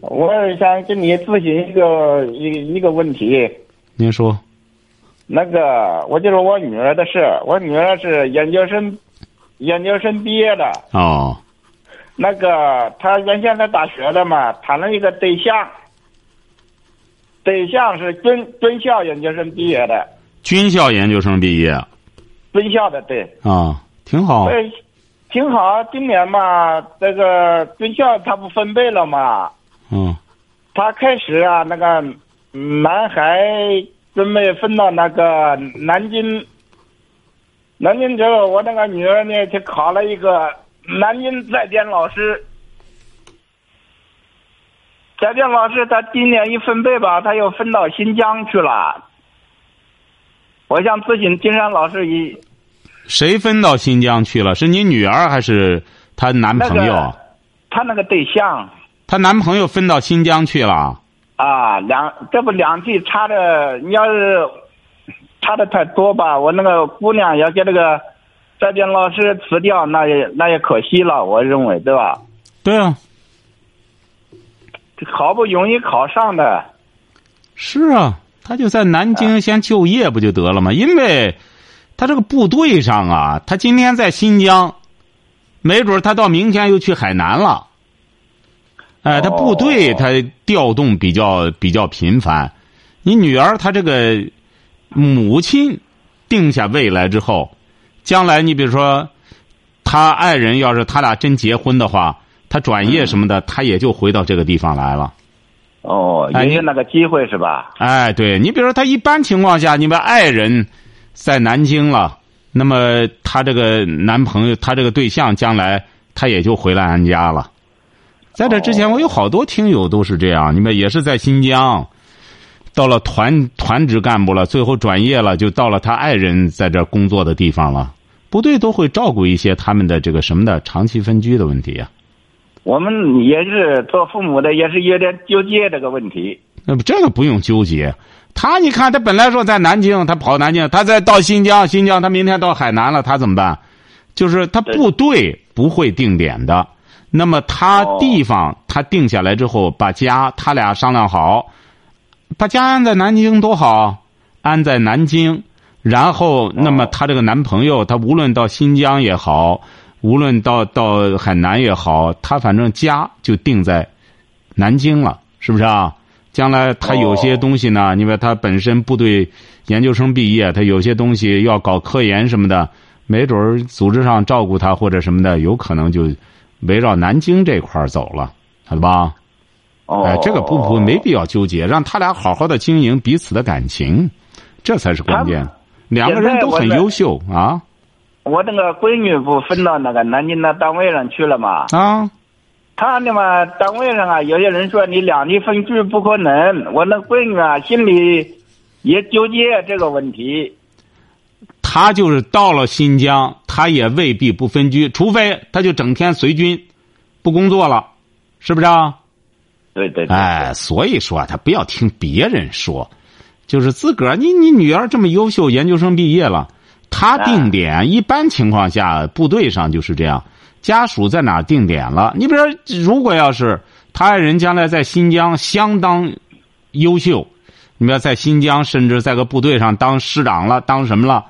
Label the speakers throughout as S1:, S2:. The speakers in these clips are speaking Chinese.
S1: 我想跟你咨询一个一一个问题。
S2: 您说，
S1: 那个，我就说我女儿的事。我女儿是研究生，研究生毕业的。
S2: 哦，
S1: 那个，她原先在大学的嘛，谈了一个对象，对象是军军校研究生毕业的，
S2: 军校研究生毕业啊、
S1: 军校的对。
S2: 挺好。
S1: 对，挺好。今年嘛，这个军校他不分配了嘛，
S2: 嗯，
S1: 他开始啊，那个男孩准备分到那个南京，南京之后，我那个女儿呢，去考了一个南京在建老师。在建老师，他今年一分配吧，他又分到新疆去了。我想咨询金山老师一
S2: 谁分到新疆去了？是你女儿还是她男
S1: 那
S2: 朋友？
S1: 个他那个对象
S2: 她男朋友分到新疆去了。
S1: 啊，两这不两季差的，你要是差的太多吧，我那个姑娘要给那个在建老师辞掉，那也那也可惜了，我认为对吧？
S2: 对啊，
S1: 好不容易考上的，
S2: 是啊，她就在南京先就业不就得了吗？因为，她这个部队上啊，她今天在新疆，没准儿她到明天又去海南了。哎，她部队
S1: 哦
S2: 她调动比较比较频繁，你女儿她这个母亲定下未来之后，将来你比如说，她爱人要是他俩真结婚的话，她转业什么的，她也就回到这个地方来了。
S1: 哦，
S2: 哎
S1: 也
S2: 你
S1: 有那个机会是吧？
S2: 哎，对你比如说，他一般情况下，你把爱人在南京了，那么他这个男朋友，他这个对象，将来他也就回来安家了。在这之前，我有好多听友都是这样，你们也是在新疆，到了团团职干部了，最后转业了，就到了他爱人在这工作的地方了。部队都会照顾一些他们的这个什么的长期分居的问题啊，
S1: 我们也是做父母的，也是有点纠结这个问题。
S2: 那不呃这个不用纠结。他你看，他本来说在南京，他跑南京，他再到新疆，新疆他明天到海南了，他怎么办？就是他部队不会定点的，那么他
S1: 哦
S2: 地方他定下来之后，把家他俩商量好，把家安在南京多好，安在南京。然后，那么她这个男朋友，他无论到新疆也好，无论到到海南也好，他反正家就定在南京了，是不是啊？将来他有些
S1: 哦
S2: 东西呢，因为他本身部队研究生毕业，他有些东西要搞科研什么的，没准儿组织上照顾他或者什么的，有可能就围绕南京这块儿走了，好的吧？
S1: 哦，
S2: 哎，这个不不没必要纠结，让他俩好好的经营彼此的感情，这才是关键
S1: 他。
S2: 两个人都很
S1: 现在我在
S2: 优秀啊
S1: 我那个闺女不分到那个南京的单位上去了嘛？
S2: 啊！
S1: 他那么单位上啊，有些人说你两地分居不可能，我那闺女啊心里也纠结这个问题。
S2: 他就是到了新疆，他也未必不分居，除非他就整天随军，不工作了，是不是啊？
S1: 对对对，
S2: 哎，所以说啊他不要听别人说，就是自个儿。你你女儿这么优秀，研究生毕业了，她定点，一般情况下部队上就是这样，家属在哪儿定点了。你比如说，如果要是他爱人将来在新疆相当优秀，你要在新疆甚至在个部队上当师长了，当什么了，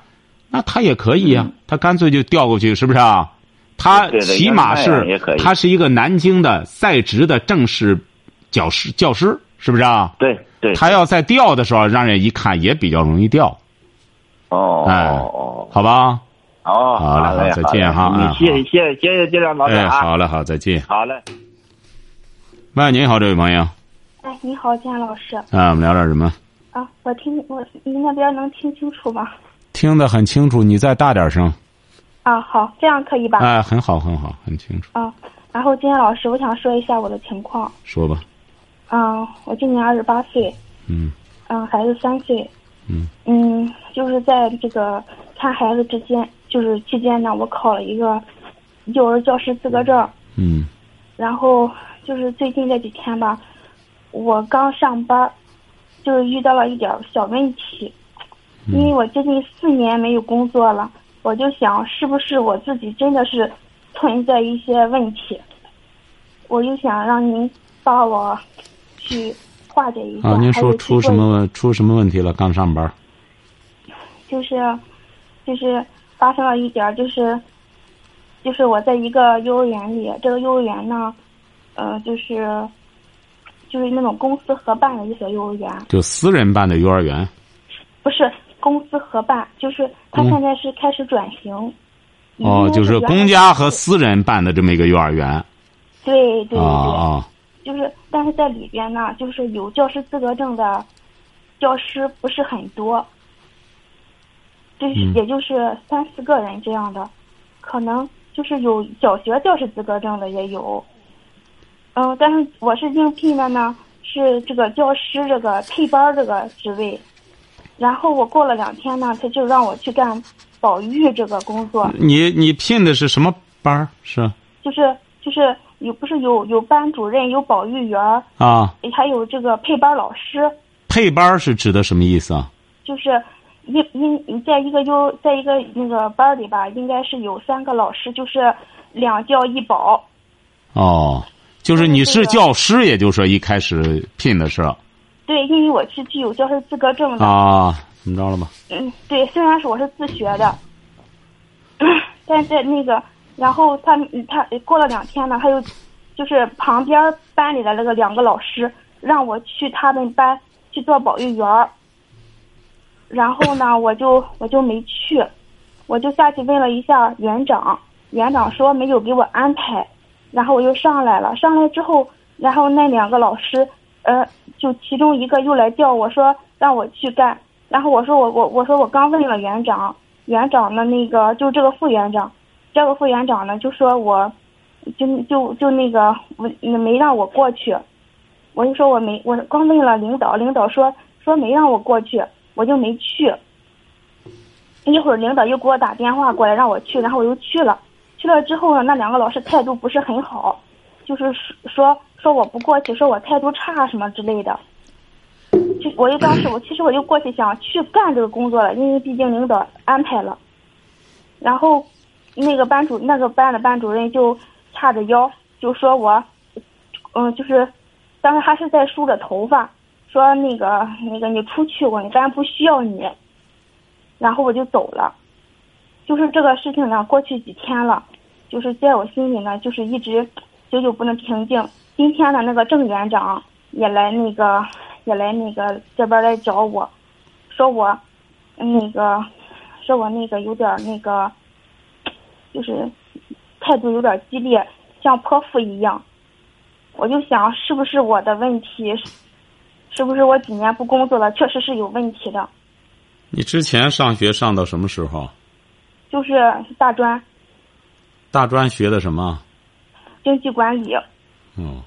S2: 那他也可以啊，他干脆就调过去，是不是啊？他
S1: 嗯对对
S2: 起码
S1: 原来那样
S2: 是
S1: 也可以
S2: 他是一个南京的在职的正式教师，教师是不是啊？
S1: 对对，
S2: 他要在调的时候，让人一看也比较容易调，
S1: 哦
S2: 哎
S1: 哦
S2: 好吧？
S1: 哦哦，
S2: 好嘞
S1: 嘞，
S2: 好再见哈
S1: 好嘞
S2: 嗯
S1: 你谢谢谢谢谢谢金山老师
S2: 哎，
S1: 啊，
S2: 好嘞，好，再见。
S1: 好嘞。
S2: 喂，您好，这位朋友，
S3: 哎，你好，金阳老师
S2: 啊，我们聊点什么？
S3: 啊，我听我你那边能听清楚吗？
S2: 听得很清楚，你再大点声。
S3: 啊，好，这样可以吧？
S2: 哎，很好，很好，很清楚。
S3: 啊，然后金阳老师，我想说一下我的情况。
S2: 说吧，
S3: 嗯，我今年二十八岁，
S2: 嗯
S3: 嗯，孩子三岁。
S2: 嗯
S3: 嗯，就是在这个看孩子之间，就是期间呢，我考了一个幼儿教师资格证，
S2: 嗯
S3: 然后就是最近这几天吧，我刚上班，就是遇到了一点儿小问题，
S2: 嗯
S3: 因为我接近四年没有工作了，我就想是不是我自己真的是存在一些问题，我就想让您帮我去化解一下。
S2: 啊，您
S3: 还有
S2: 说
S3: 去
S2: 出什
S3: 做一
S2: 么出什么问题了？刚上班儿，
S3: 就是，就是发生了一点，儿，就是，就是我在一个幼儿园里，这个幼儿园呢，呃，就是，就是那种公私合办的一所幼儿园，
S2: 就私人办的幼儿园，
S3: 不是公私合办，就是他
S2: 嗯
S3: 现在是开始转型。
S2: 哦，
S3: 已经
S2: 就是
S3: 原
S2: 公
S3: 嗯来
S2: 家和私人办的这么一个幼儿园啊
S3: 对对对，
S2: 啊
S3: 就是但是在里边呢，就是有教师资格证的教师不是很多，就是、
S2: 嗯
S3: 也就是三四个人这样的，可能就是有小学教师资格证的也有，嗯，但是我是应聘的呢，是这个教师这个配班儿这个职位，然后我过了两天呢，他就让我去干保育这个工作，
S2: 哦你你聘的是什么班儿？是
S3: 就是就是有不是有有班主任有保育员儿。
S2: 啊，
S3: 还有这个配班老师，
S2: 配班儿是指的什么意思啊？
S3: 就是一应在一个优在一个那个班儿里吧，应该是有三个老师，就是两教一保。
S2: 哦，就是
S3: 就是
S2: 你
S3: 这
S2: 是
S3: 个
S2: 教师，也就是说一开始聘的是
S3: 对，因为我是具有教师资格证的，
S2: 啊，怎么着了吗？
S3: 嗯，对，虽然是我是自学的，嗯但是在那个，然后他他过了两天呢，他又就是旁边儿班里的那个两个老师让我去他们班去做保育员儿，然后呢，我就我就没去，我就下去问了一下园长，园长说没有给我安排，然后我又上来了，上来之后，然后那两个老师，呃，就其中一个又来叫我说让我去干，然后我说我我我说我刚问了园长，园长呢那个就这个副园长，这个副园长呢就说我，就就就那个我没让我过去，我就说我没我刚问了领导，领导说说没让我过去，我就没去。一会儿领导又给我打电话过来让我去，然后我又去了。去了之后呢，那两个老师态度不是很好，就是说说我不过去，说我态度差什么之类的。就我就当时我其实我就过去想去干这个工作了，因为毕竟领导安排了。然后那个班主那个班的班主任就叉着腰就说我，嗯，就是当时还是在梳着头发，说那个那个你出去，我们班不需要你。然后我就走了。就是这个事情呢，过去几天了，就是在我心里呢，就是一直久久不能平静。今天呢，那个郑园长也来那个也来那个这边来找我，说我那个说我那个有点儿那个，就是态度有点儿激烈，像泼妇一样。我就想，是不是我的问题？是是不是我几年不工作了，确实是有问题的？
S2: 你之前上学上到什么时候？
S3: 就是大专
S2: 大专学的什么？
S3: 经济管理，
S2: 嗯，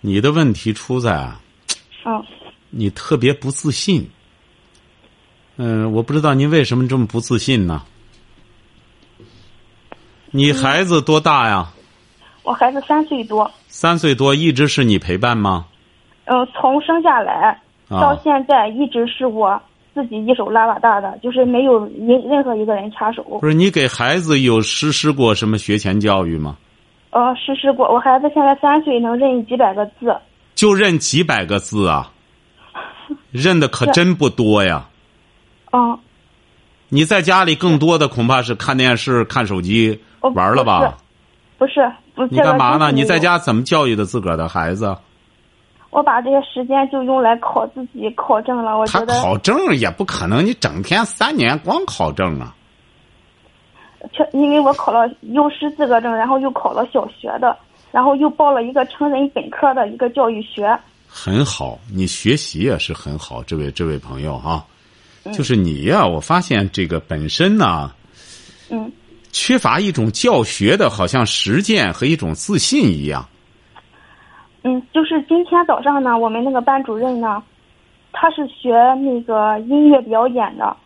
S2: 你的问题出在啊
S3: 嗯，
S2: 你特别不自信。嗯、我不知道您为什么这么不自信呢？你孩子多大呀？
S3: 我孩子三岁多，
S2: 三岁多，一直是你陪伴吗？
S3: 嗯，从生下来到
S2: 啊，
S3: 现在一直是我自己一手拉把大的，就是没有任任何一个人插手
S2: 不。是你给孩子有实施过什么学前教育吗？
S3: 呃，实施过，我孩子现在三岁，能认几百个字。
S2: 就认几百个字啊，认的可真不多呀。
S3: 嗯，
S2: 你在家里更多的恐怕是看电视、看手机
S3: 哦
S2: 玩了
S3: 不是
S2: 吧？
S3: 不是，不，
S2: 你
S3: 这个
S2: 干嘛
S3: 真
S2: 呢？
S3: 是
S2: 你
S3: 没
S2: 在
S3: 有？
S2: 家怎么教育的自个儿的孩子？
S3: 我把这些时间就用来考自己考证了，我
S2: 他
S3: 觉得
S2: 考证也不可能，你整天三年光考证啊。
S3: 确，因为我考了幼师资格证，然后又考了小学的，然后又报了一个成人本科的一个教育学。
S2: 很好，你学习也是很好，这位这位朋友啊，就是你呀、我发现这个本身呢、
S3: 嗯，
S2: 缺乏一种教学的，好像实践和一种自信一样。
S3: 嗯，就是今天早上呢，我们那个班主任呢，他是学那个音乐表演的，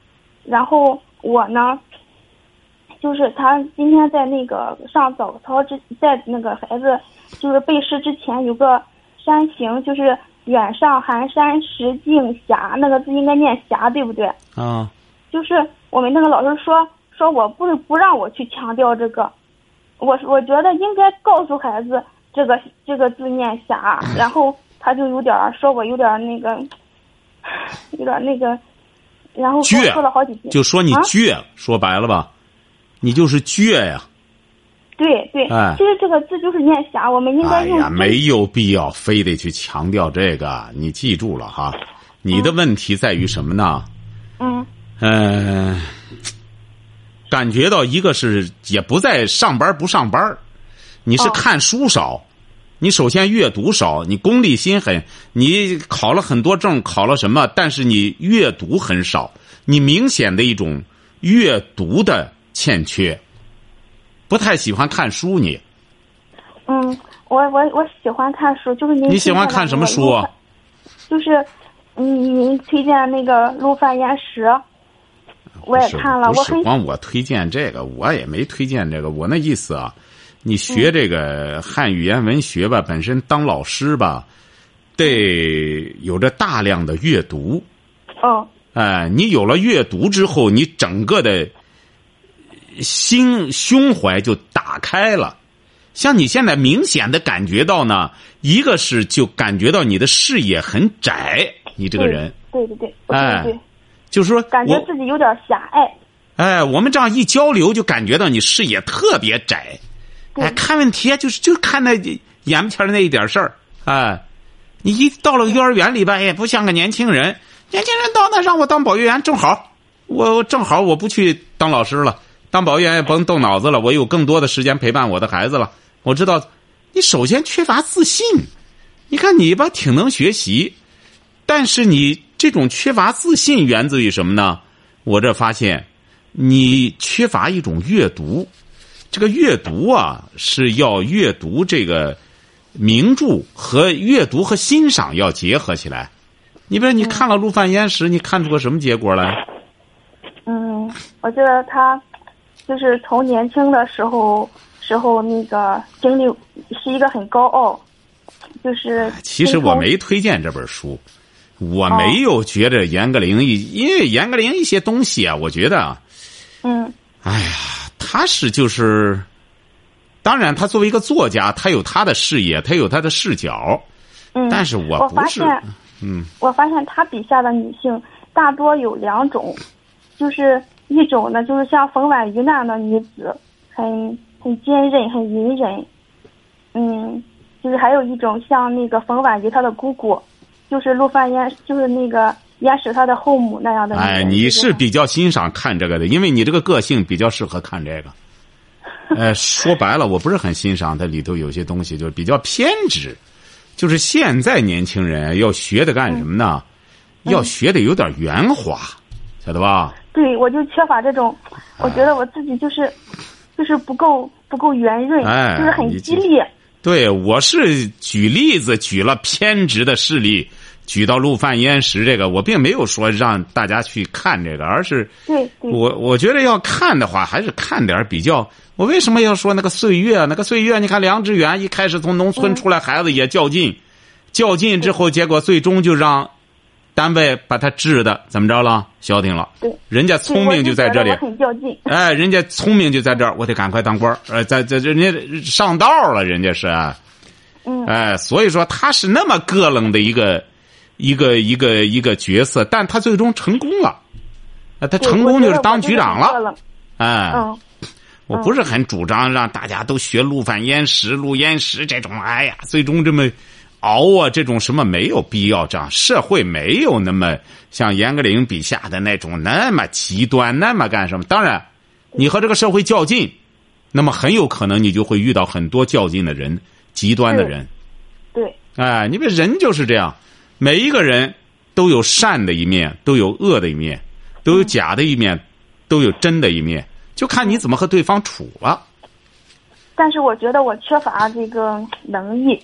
S3: 然后我呢，就是他今天在那个上早操之，在那个孩子就是背诗之前有个山行，就是远上寒山石径斜，那个字应该念斜，对不对？
S2: 啊，
S3: 就是我们那个老师说说我不不让我去强调这个，我是我觉得应该告诉孩子这个这个字念霞， 然后他就有点儿说我有点儿那个，有点儿那个，然后
S2: 倔
S3: 说了好几遍，
S2: 就说你
S3: 啊
S2: 倔，说白了吧，你就是倔呀、
S3: 对对，
S2: 哎
S3: 其实这个字就是念霞，我们应该
S2: 哎
S3: 用
S2: 呀，没有必要非得去强调这个，你记住了哈。你的问题在于什么呢？
S3: 嗯
S2: 嗯、感觉到一个是也不在上班不上班儿你是
S3: 哦
S2: 看书少，你首先阅读少，你功利心很，你考了很多证，考了什么？但是你阅读很少，你明显的一种阅读的欠缺，不太喜欢看书你。
S3: 嗯，我我我喜欢看书，就是您
S2: 你喜欢看什么书啊？
S3: 就是嗯，您推荐那个《陆犯岩石》，我也
S2: 不是
S3: 看了，
S2: 不
S3: 我
S2: 是
S3: 很
S2: 光我推荐这个，我也没推荐这个。我那意思啊，你学这个汉语言文学
S3: 嗯
S2: 吧，本身当老师吧，得有着大量的阅读。
S3: 嗯
S2: 哎、你有了阅读之后，你整个的心胸怀就打开了。像你现在明显的感觉到呢，一个是就感觉到你的视野很窄，你这个
S3: 对
S2: 人，
S3: 对对对，
S2: 哎
S3: 对对，
S2: 就是说
S3: 感觉
S2: 我
S3: 自己有点狭隘。
S2: 哎，我们这样一交流，就感觉到你视野特别窄，
S3: 对
S2: 哎，看问题啊就是就看那眼前那一点事儿，哎，你一到了幼儿园里边，也哎不像个年轻人，年轻人到那让我当保育员，正好，我我正好我不去当老师了，当保育员也甭动脑子了，我有更多的时间陪伴我的孩子了。我知道，你首先缺乏自信，你看你吧，挺能学习，但是你这种缺乏自信源自于什么呢？我这发现，你缺乏一种阅读。这个阅读啊，是要阅读这个名著和阅读和欣赏要结合起来。你比如你看了《陆犯焉识》，你看出个什么结果来？
S3: 嗯，我觉得他就是从年轻的时候时候那个经历是一个很高傲，就是
S2: 啊其实
S3: 最后
S2: 我没推荐这本书，我没有觉着严歌苓一，因为严歌苓一些东西啊，我觉得啊，
S3: 嗯
S2: 哎呀，他是就是，当然他作为一个作家，他有他的视野，他有他的视角，
S3: 嗯，
S2: 但是
S3: 我
S2: 我不
S3: 发
S2: 是
S3: 现，嗯，我发现他笔下的女性大多有两种，就是一种呢就是像冯婉瑜那样的女子，很很坚韧，很隐忍，嗯，就是还有一种像那个冯婉瑜她的姑姑，就是陆犯焉，就是那个焉识她的后母那样的女人。
S2: 哎，你
S3: 就是
S2: 比较欣赏看这个的，因为你这个个性比较适合看这个。呃，说白了，我不是很欣赏它里头有些东西，就是比较偏执。就是现在年轻人要学的干什么呢？
S3: 嗯
S2: 要学的有点圆滑，晓得吧？
S3: 对，我就缺乏这种，我觉得我自己就是，就是不够不够圆润，
S2: 哎
S3: 就是很
S2: 你
S3: 激
S2: 这
S3: 烈。
S2: 对，我是举例子举了偏执的事例，举到陆犯焉识这个，我并没有说让大家去看这个，而是
S3: 对对
S2: 我我觉得要看的话，还是看点儿比较。我为什么要说那个岁月啊？那个岁月，你看梁志远一开始从农村出来，孩子也较劲，较劲之后，结果最终就让单位把他治的怎么着了？消停了
S3: 对。
S2: 人家聪明就在这里
S3: 对我，就觉得我很较 劲。
S2: 哎，人家聪明就在这儿，我得赶快当官儿。呃，在在人家上道了，人家是。啊
S3: 嗯
S2: 哎，所以说他是那么咯楞的一个一个一个一个角色，但他最终成功了。啊，他
S3: 对
S2: 成
S3: 我
S2: 功
S3: 觉
S2: 就是
S3: 得
S2: 当
S3: 我就
S2: 局长
S3: 很
S2: 了
S3: 饿。了。
S2: 哎，
S3: 嗯，
S2: 我不是很主张让大家都学陆犯焉识、陆焉识这种，哎呀，最终这么熬啊，这种什么没有必要这样。社会没有那么像严歌苓笔下的那种那么极端，那么干什么？当然，你和这个社会较劲，那么很有可能你就会遇到很多较劲的人、极端的
S3: 是
S2: 人。
S3: 对，
S2: 哎，你们人就是这样，每一个人都有善的一面，都有恶的一面，都有假的一面，都有真的一面，就看你怎么和对方处了。啊
S3: 但是我觉得我缺乏这个能力。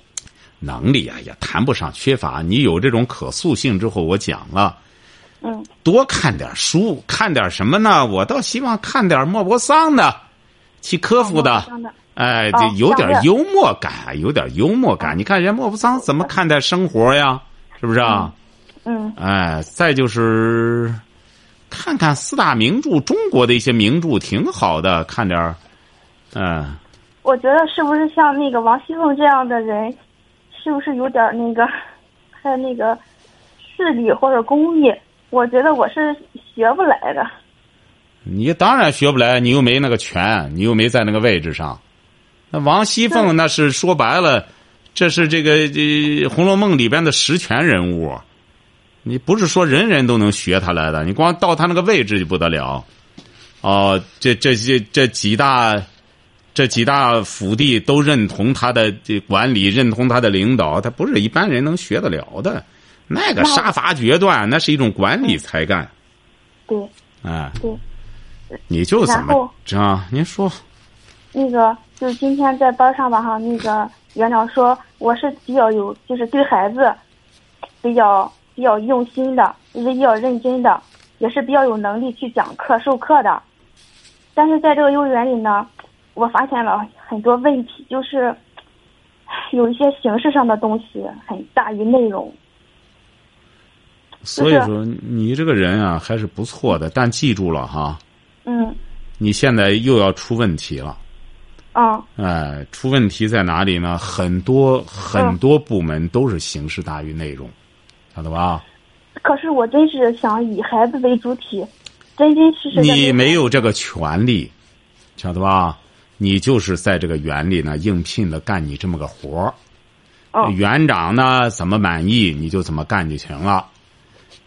S2: 能力啊，也谈不上缺乏。你有这种可塑性之后，我讲了，
S3: 嗯，
S2: 多看点书，看点什么呢？我倒希望看点莫泊桑的、契科夫的，
S3: 哦这样的
S2: 哎，
S3: 哦
S2: 这有点
S3: 像是
S2: 幽默感，有点幽默
S3: 哦
S2: 感。你看人家莫泊桑怎么看待生活呀？是不是啊？
S3: 嗯
S2: 哎，再就是看看四大名著，中国的一些名著挺好的，看点儿，嗯、
S3: 我觉得是不是像那个王熙凤这样的人，是不是有点儿那个，还有那个事理或者公益？我觉得我是学不来的。
S2: 你当然学不来，你又没那个权，你又没在那个位置上。那王熙凤那是说白了，这是这个呃《红楼梦》里边的实权人物，你不是说人人都能学她来的，你光到她那个位置就不得了。哦，这这这这几大，这几大府地都认同她的这管理，认同她的领导，她不是一般人能学得了的。那个
S3: 那
S2: 杀伐决断，那是一种管理才干，
S3: 对，
S2: 哎。
S3: 对，
S2: 你就怎
S3: 然后
S2: 么着啊？您说，
S3: 那个就是今天在班上吧哈，那个园长说我是比较有，就是对孩子比较比较用心的，也是比较认真的，也是比较有能力去讲课授课的。但是在这个幼儿园里呢，我发现了很多问题，就是 有一些形式上的东西很大于内容。
S2: 所以说你这个人啊还是不错的，但记住了哈，
S3: 嗯
S2: 你现在又要出问题了。
S3: 嗯
S2: 哎，出问题在哪里呢？很多很
S3: 嗯
S2: 多部门都是形式大于内容，晓得吧？
S3: 可是我真是想以孩子为主体，真真实实的。
S2: 你没有这个权利，晓得吧？你就是在这个园里呢应聘的干你这么个活儿。
S3: 嗯，
S2: 园长呢怎么满意你就怎么干就行了。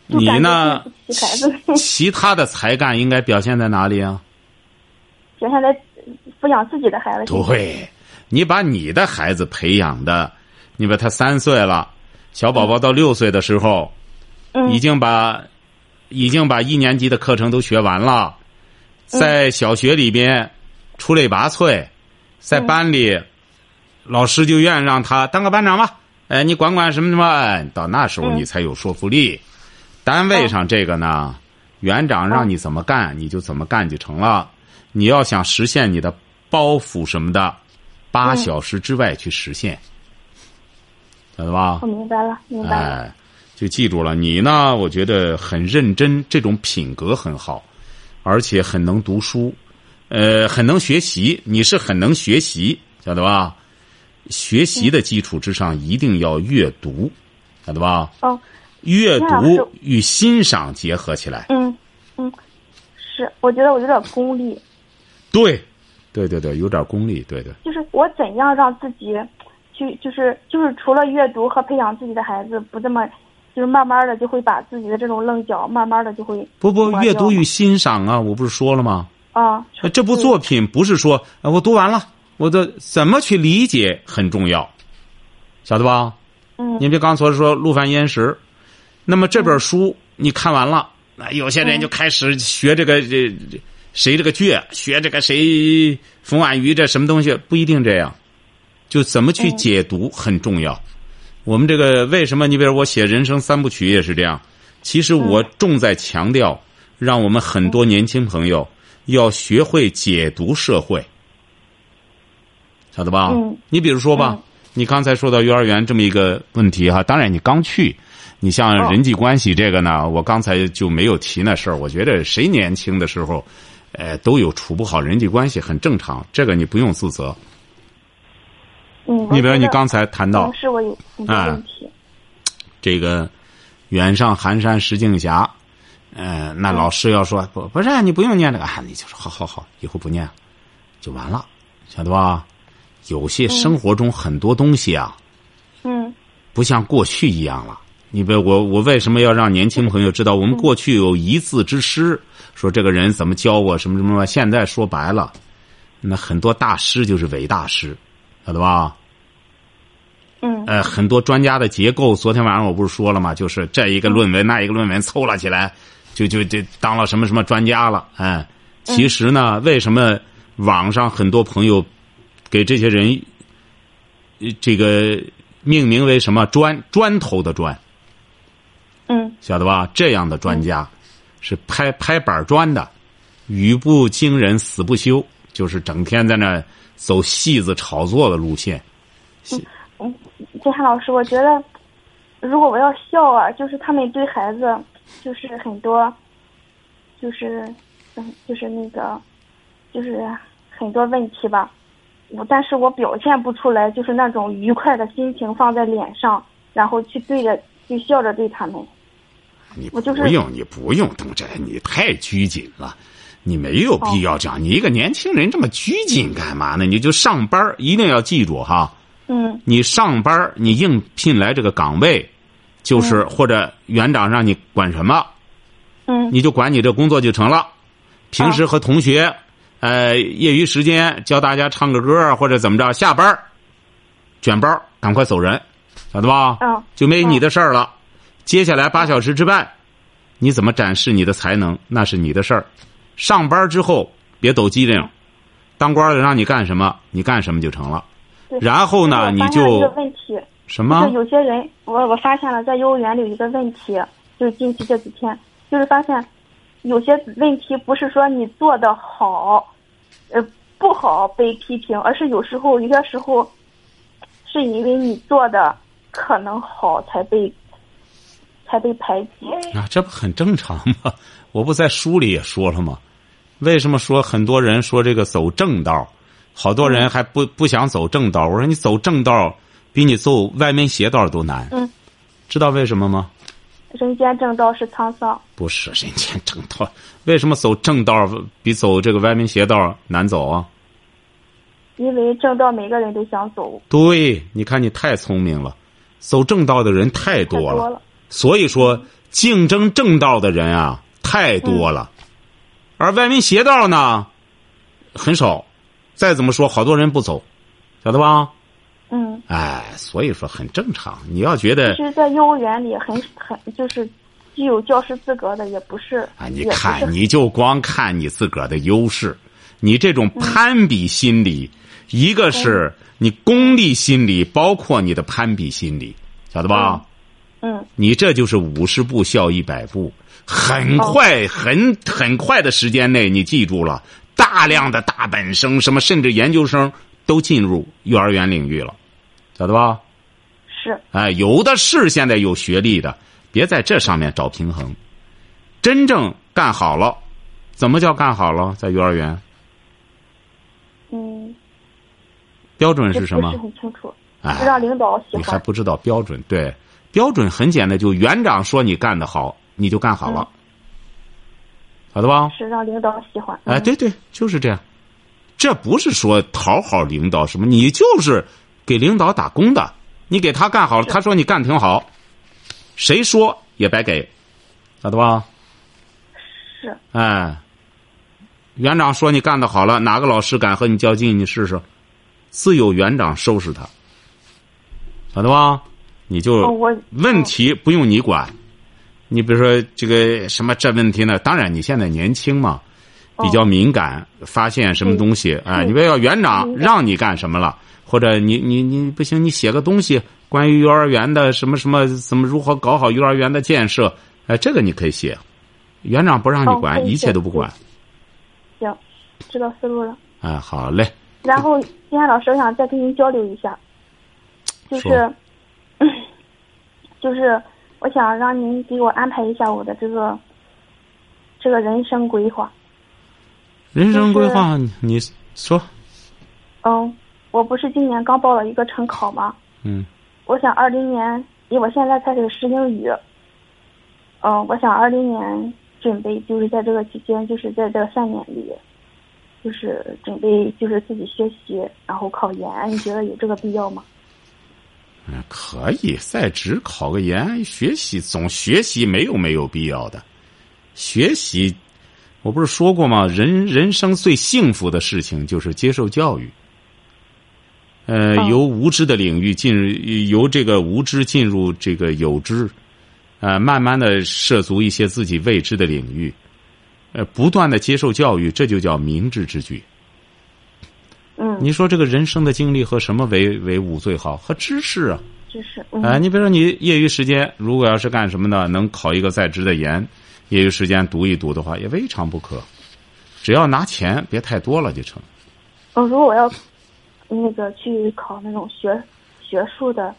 S3: 就
S2: 你
S3: 感觉
S2: 呢
S3: 对不起孩
S2: 其
S3: 子
S2: 其他的才干应该表现在哪里啊？
S3: 接下来抚养自己的孩子。
S2: 对，你把你的孩子培养的，你把他三岁了，小宝宝到六岁的时候，
S3: 嗯
S2: 已经把已经把一年级的课程都学完了，
S3: 嗯
S2: 在小学里边出类拔萃，在班里，老师就愿意让他当个班长吧。哎，你管管什么什么，哎到那时候
S3: 嗯
S2: 你才有说服力。单位上这个呢，园长让你怎么干，你就怎么干就成了。你要想实现你的包袱什么的，八小时之外去实现，晓得吧？
S3: 我哦明白了，明白了。
S2: 哎，就记住了。你呢，我觉得很认真，这种品格很好，而且很能读书，呃，很能学习。你是很能学习，晓得吧？学习的基础之上，一定要阅读，晓得吧？
S3: 哦，
S2: 阅
S3: 那老师
S2: 读与欣赏结合起来。
S3: 嗯嗯，是，我觉得我有点功利，
S2: 对，对对对，有点功利。对对，
S3: 就是我怎样让自己去，就是就是除了阅读和培养自己的孩子，不这么，就是慢慢的就会把自己的这种棱角，慢慢的就会
S2: 不不，
S3: 磨
S2: 阅
S3: 掉
S2: 读与欣赏啊，我不是说了吗？
S3: 啊，
S2: 呃这部作品不是说呃我读完了，我的怎么去理解很重要，晓得吧？
S3: 嗯
S2: 您别刚才说陆犯焉识，那么这本书你看完了，那有些人就开始学这个这这谁这个倔，学这个谁冯婉瑜这什么东西，不一定这样，就怎么去解读很重要。我们这个为什么？你比如我写人生三部曲也是这样，其实我重在强调，让我们很多年轻朋友要学会解读社会，晓得吧？
S3: 嗯
S2: 你比如说吧，
S3: 嗯
S2: 你刚才说到幼儿园这么一个问题哈，当然你刚去，你像
S3: 哦
S2: 人际关系这个
S3: 嗯
S2: 呢，我刚才就没有提那事儿。我觉得谁年轻的时候，呃，都有处不好人际关系，很正常，这个你不用自责。
S3: 嗯，
S2: 你比如你刚才谈到
S3: 同事我有很多
S2: 哎
S3: 问题，
S2: 这个远上寒山石径斜，呃，那老师要说不不是你不用念这个啊，你就说好好好，以后不念了，就完了，晓得吧？有些生活中很多东西啊，
S3: 嗯
S2: 不像过去一样了。你别我我为什么要让年轻朋友知道我们过去有一字之师，说这个人怎么教我什么什么什么？现在说白了，那很多大师就是伪大师，晓得吧？
S3: 嗯
S2: 呃，很多专家的结构，昨天晚上我不是说了吗？就是这一个论文那一个论文凑了起来，就就就当了什么什么专家了。哎，其实呢，为什么网上很多朋友给这些人呃这个命名为什么砖砖头的砖，
S3: 嗯
S2: 晓得吧？这样的专家是拍拍板砖的，语不惊人死不休，就是整天在那儿走戏子炒作的路线。
S3: 嗯，金山老师，我觉得如果我要笑啊，就是他们对孩子就是很多，就是嗯，就是那个，就是很多问题吧。我但是我表现不出来，就是那种愉快的心情放在脸上，然后去对着去笑着对他们。
S2: 你不
S3: 我就是
S2: 用，你不用，东哲，你太拘谨了，你没有必要这样。你一个年轻人这么拘谨干嘛呢？你就上班儿一定要记住哈，
S3: 嗯
S2: 你上班儿你应聘来这个岗位，就是、或者园长让你管什么，
S3: 嗯
S2: 你就管你这工作就成了。平
S3: 啊
S2: 时和同学，呃，业余时间教大家唱个歌儿或者怎么着，下班儿卷包儿赶快走人，晓得吧？
S3: 嗯
S2: 就没你的事儿
S3: 啊
S2: 了。接下来八小时之外，你怎么展示你的才能，那是你的事儿。上班之后别抖机灵，当官的让你干什么，你干什么就成了。
S3: 对
S2: 然后呢，
S3: 我
S2: 你
S3: 发现了一个
S2: 就
S3: 问题，
S2: 什么
S3: 就有些人，我我发现了，在幼儿园里有一个问题，就是近期这几天，就是发现有些问题不是说你做的好，呃，不好被批评，而是有时候有些时候，是因为你做的可能好才被才被排挤。
S2: 啊，这不很正常吗？ 我不在书里也说了吗？为什么说很多人说这个走正道，好多人还不不想走正道？我说你走正道比你走外面邪道都难，
S3: 嗯，
S2: 知道为什么吗？
S3: 人间正道是沧桑。
S2: 不是人间正道，为什么走正道比走这个歪门邪道难走啊？
S3: 因为正道每个人都想走，
S2: 对，你看你太聪明了，走正道的人太
S3: 太
S2: 多了，
S3: 多了。
S2: 所以说竞争正道的人啊太多了，而歪门邪道呢很少。再怎么说，好多人不走，晓得吧？
S3: 嗯，
S2: 哎，所以说很正常。你要觉得
S3: 其实，在幼儿园里很很就是具有教师资格的也不是
S2: 啊，你
S3: 也不是
S2: 看，
S3: 很
S2: 你就光看你自个儿的优势，你这种攀比心理，一个是你功利心理，包括你的攀比心理，晓得吧？
S3: 嗯
S2: 你这就是五十步笑一百步，很快、很很快的时间内，你记住了，大量的大本生，什么甚至研究生都进入幼儿园领域了，晓得吧？
S3: 是
S2: 哎，有的是现在有学历的，别在这上面找平衡。真正干好了，怎么叫干好了？在幼儿园
S3: 嗯，
S2: 标准
S3: 这
S2: 是什
S3: 不是
S2: 么？
S3: 很清楚，
S2: 哎，
S3: 让领导喜
S2: 你还
S3: 欢。
S2: 不知道标准？对，标准很简单，就园长说你干得好，你就干好了，好的吧？
S3: 是让领导喜欢。嗯
S2: 哎，，对对，就是这样。这不是说讨好领导什么，你就是给领导打工的，你给他干好了，他说你干挺好，谁说也白给，晓得吧？
S3: 是
S2: 哎，园长说你干的好了，哪个老师敢和你较劲？你试试，自有园长收拾他，晓得吧？你就
S3: 哦我
S2: 问题不用你管，你比如说这个什么这问题呢？当然你现在年轻嘛，
S3: 嗯哦
S2: 比较敏感，发现什么东西啊？
S3: 对
S2: 你不要园长
S3: 敏感
S2: 让你干什么了，或者你你你不行，你写个东西关于幼儿园的什么什么怎么如何搞好幼儿园的建设，哎，这个你可以写。园长不让你
S3: 哦可
S2: 管，
S3: 以
S2: 一切
S3: 写
S2: 都不管。
S3: 行，知道思路了。
S2: 哎，好嘞，
S3: 然后金山老师，我想再跟您交流一下，就是
S2: 说，
S3: 就是我想让您给我安排一下我的这个这个人生规划。
S2: 人生规划，你你说，
S3: 嗯，我不是今年刚报了一个晨考吗？
S2: 嗯，
S3: 我想二零年，以我现在开始学英语，嗯、我想二零年准备就是在这个期间，就是在这三年里，就是准备就是自己学习，然后考研，你觉得有这个必要吗？
S2: 嗯可以在职考个研，学习总学习没有没有必要的，学习，我不是说过吗？人人生最幸福的事情就是接受教育。呃，
S3: 嗯
S2: 由无知的领域进入，由这个无知进入这个有知，呃，慢慢的涉足一些自己未知的领域，呃，不断的接受教育，这就叫明智之举。
S3: 嗯，
S2: 你说这个人生的经历和什么为为伍最好？和知识啊，
S3: 就是
S2: 哎，
S3: 嗯
S2: 你比如说你业余时间，如果要是干什么呢，能考一个在职的研，业余时间读一读的话，也未尝不可。只要拿钱别太多了就成。
S3: 呃，如果我要那个去考那种学学术的，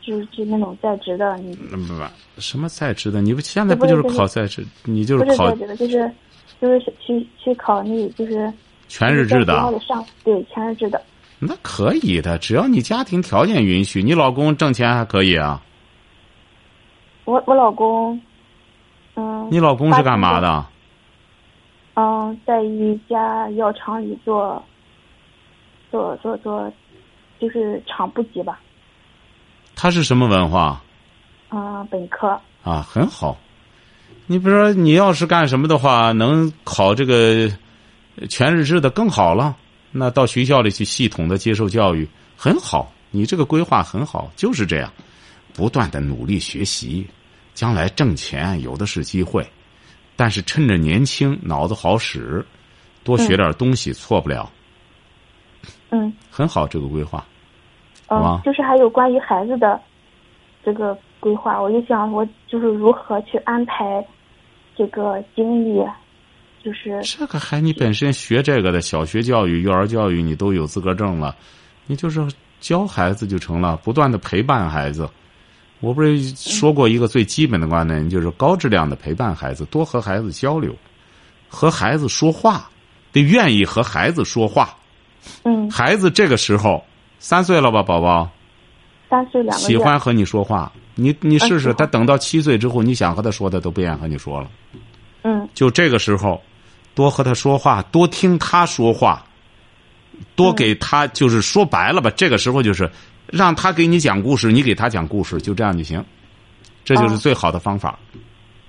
S3: 就是去那种在职的，你
S2: 那嗯不不，什么在职的？你不现在不就是考在职？你就
S3: 不
S2: 是
S3: 是
S2: 考
S3: 在职的，就是就是去去考那个就是
S2: 全日制的啊
S3: 在学校？里上对全日制的，
S2: 那可以的，只要你家庭条件允许，你老公挣钱还可以啊。
S3: 我我老公，嗯，
S2: 你老公是干嘛？的？
S3: 嗯，在一家药厂里做，做做做，就是厂部级吧，
S2: 他是什么文化
S3: 嗯，本科，
S2: 啊？很好。你比如说，你要是干什么的话，能考这个全日制的更好了。那到学校里去系统的接受教育，很好。你这个规划很好，就是这样，不断的努力学习，将来挣钱有的是机会。但是趁着年轻，脑子好使，多学点东西，错不了。
S3: 嗯
S2: 很好，这个规划。好
S3: 嗯
S2: 吧，
S3: 就是还有关于孩子的这个规划，我就想我就是如何去安排这个精力，就是
S2: 这个还你本身学这个的，小学教育、幼儿教育你都有资格证了，你就是教孩子就成了，不断的陪伴孩子。我不是说过一个最基本的观
S3: 嗯
S2: 念，就是高质量的陪伴孩子，多和孩子交流，和孩子说话，得愿意和孩子说话。
S3: 嗯，
S2: 孩子这个时候三岁了吧，宝宝
S3: 三岁两个
S2: 喜
S3: 月，
S2: 欢和你说话，你你试
S3: 嗯喜
S2: 试，
S3: 欢
S2: 他等到七岁之后，你想和他说的都不愿意和你说了。
S3: 嗯
S2: 就这个时候，多和他说话，多听他说话，多给他就是说白了吧，这个时候就是让他给你讲故事，你给他讲故事，就这样就行，这就是
S3: 哦
S2: 最好的方法。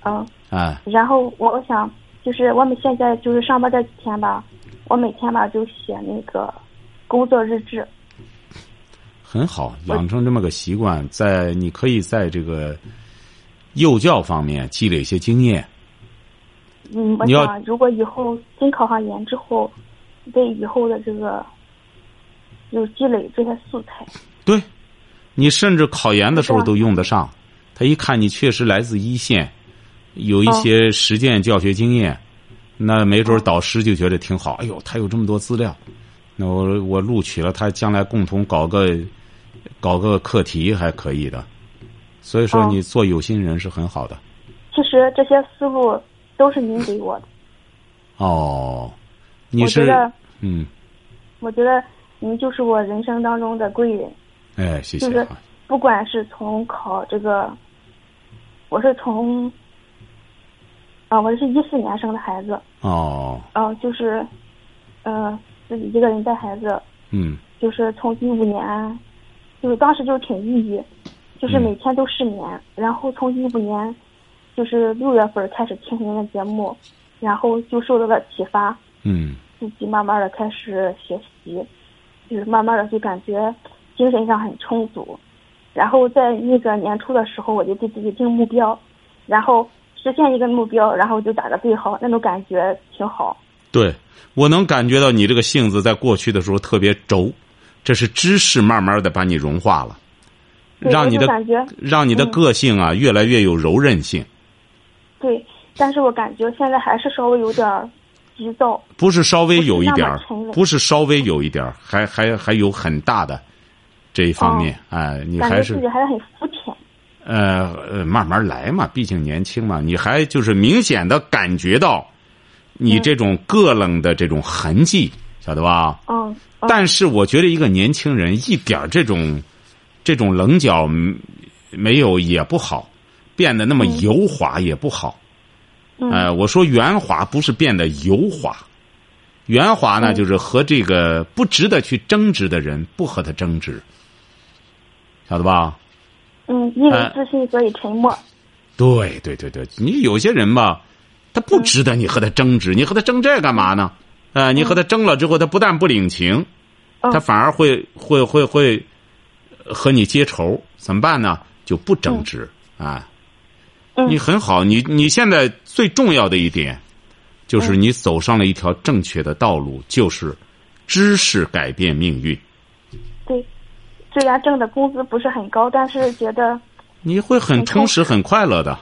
S3: 嗯。
S2: 哎，
S3: 然后我我想，就是我们现在就是上班这几天吧，我每天吧就写那个工作日志。
S2: 很好，养成这么个习惯，在你可以在这个幼教方面积累一些经验。
S3: 嗯，我
S2: 你要
S3: 想如果以后真考上研之后，对以后的这个有积累这些素材。
S2: 对，你甚至考研的时候
S3: 是啊
S2: 都用得上。他一看你确实来自一线，有一些
S3: 哦
S2: 实践教学经验，那没准儿导师就觉得挺
S3: 哦
S2: 好。哎呦，他有这么多资料，那我我录取了他，将来共同搞个搞个课题还可以的。所以说，
S3: 哦
S2: 你做有心人是很好的。
S3: 其实这些思路都是您给我的。
S2: 哦，你
S3: 我觉
S2: 是
S3: 得，
S2: 嗯，
S3: 我觉得您就是我人生当中的贵人，
S2: 哎，谢谢
S3: 就
S2: 啊。
S3: 是不管是从考这个，我是从，啊、我是一四年生的孩子，
S2: 哦，
S3: 嗯、就是，呃，自己一个人带孩子，
S2: 嗯，
S3: 就是从一五年，就是当时就挺抑郁，就是
S2: 嗯
S3: 每天都失眠。然后从一五年，就是六月份开始听您的节目，然后就受到了启发，
S2: 嗯，
S3: 自己慢慢的开始学习，就是慢慢的就感觉精神上很充足。然后在那个年初的时候，我就给自己定目标，然后实现一个目标，然后就打个对号，那种感觉挺好。
S2: 对，我能感觉到你这个性子在过去的时候特别轴，这是知识慢慢的把你融化了，
S3: 对
S2: 让你
S3: 我
S2: 的
S3: 就感觉
S2: 让你的
S3: 嗯
S2: 个性啊越来越有柔韧性。
S3: 对，但是我感觉现在还是稍微有点儿急躁。
S2: 不是稍微有一点儿
S3: 不是那么沉，稳
S2: 不是稍微有一点儿，还还还有很大的这一方面，哎，你
S3: 哦感
S2: 还
S3: 觉
S2: 是
S3: 自己还是很肤浅。
S2: 呃呃慢慢来嘛，毕竟年轻嘛，你还就是明显的感觉到你这种个冷的这种痕迹，晓得吧？
S3: 嗯，嗯
S2: 但是我觉得一个年轻人一点儿这种这种棱角嗯没有也不好，变得那么油滑也不好。
S3: 嗯
S2: 呃，我说圆滑不是变得油滑，圆滑呢、
S3: 嗯
S2: 就是和这个不值得去争执的人不和他争执，晓得吧？
S3: 嗯，因为
S2: 呃
S3: 自信所以沉默。
S2: 对对对对，你有些人吧，他不值得你和他争执，你和他争这干嘛呢？呃，你和他争了之后，他不但不领情，
S3: 嗯
S2: 他反而会会会会和你结仇，怎么办呢？就不争执啊！
S3: 嗯
S2: 你很好，你你现在最重要的一点，就是
S3: 嗯
S2: 你走上了一条正确的道路，就是知识改变命运。
S3: 对，虽然挣的工资不是很高，但是觉得
S2: 你会很充实、很快乐的。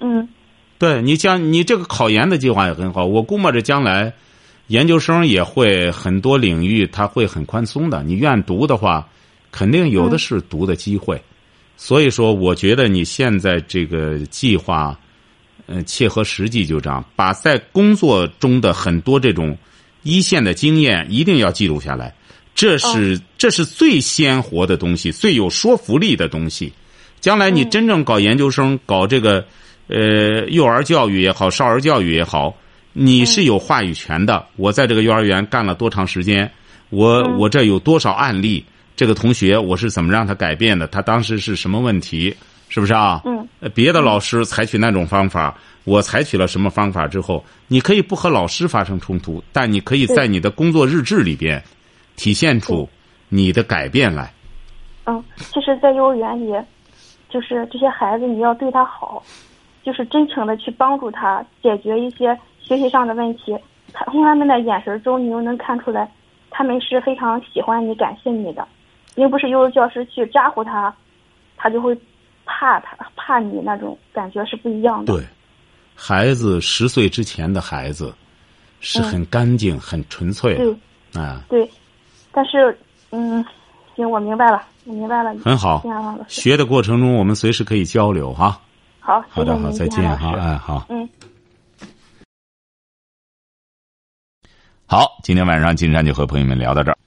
S3: 嗯
S2: 对你将你这个考研的计划也很好，我估摸着将来，研究生也会很多领域，他会很宽松的。你愿读的话，肯定有的是读的机会。所以说，我觉得你现在这个计划，呃，切合实际就这样，把在工作中的很多这种一线的经验一定要记录下来，这是、这是最鲜活的东西，最有说服力的东西。将来
S3: 嗯
S2: 你真正搞研究生，搞这个呃幼儿教育也好，少儿教育也好，
S3: 嗯
S2: 你是有话语权的。我在这个幼儿园干了多长时间，我、
S3: 嗯
S2: 我这有多少案例？这个同学我是怎么让他改变的？他当时是什么问题？是不是啊？
S3: 嗯
S2: 呃。别的老师采取那种方法，我采取了什么方法之后，你可以不和老师发生冲突，但你可以在你的工作日志里边体现出你的改变来。
S3: 嗯，其实，在幼儿园里，就是这些孩子你要对他好，就是真诚的去帮助他解决一些学习上的问题。他从他们的眼神中，你又能看出来，他们是非常喜欢你、感谢你的，并不是幼儿教师去咋呼他，他就会怕他怕你那种感觉是不一样的。
S2: 对，孩子十岁之前的孩子
S3: 嗯
S2: 是很干净、很纯粹的，啊，
S3: 对，但是，嗯，行，我明白了，我明白了。
S2: 很好
S3: 这。样啊老师
S2: 学的过程中，我们随时可以交流哈。
S3: 好，
S2: 好
S3: 谢谢
S2: 的，
S3: 您
S2: 好，再
S3: 金
S2: 见
S3: 涵
S2: 哈，
S3: 老师
S2: 哎，好。
S3: 嗯。
S2: 好，今天晚上金山就和朋友们聊到这儿。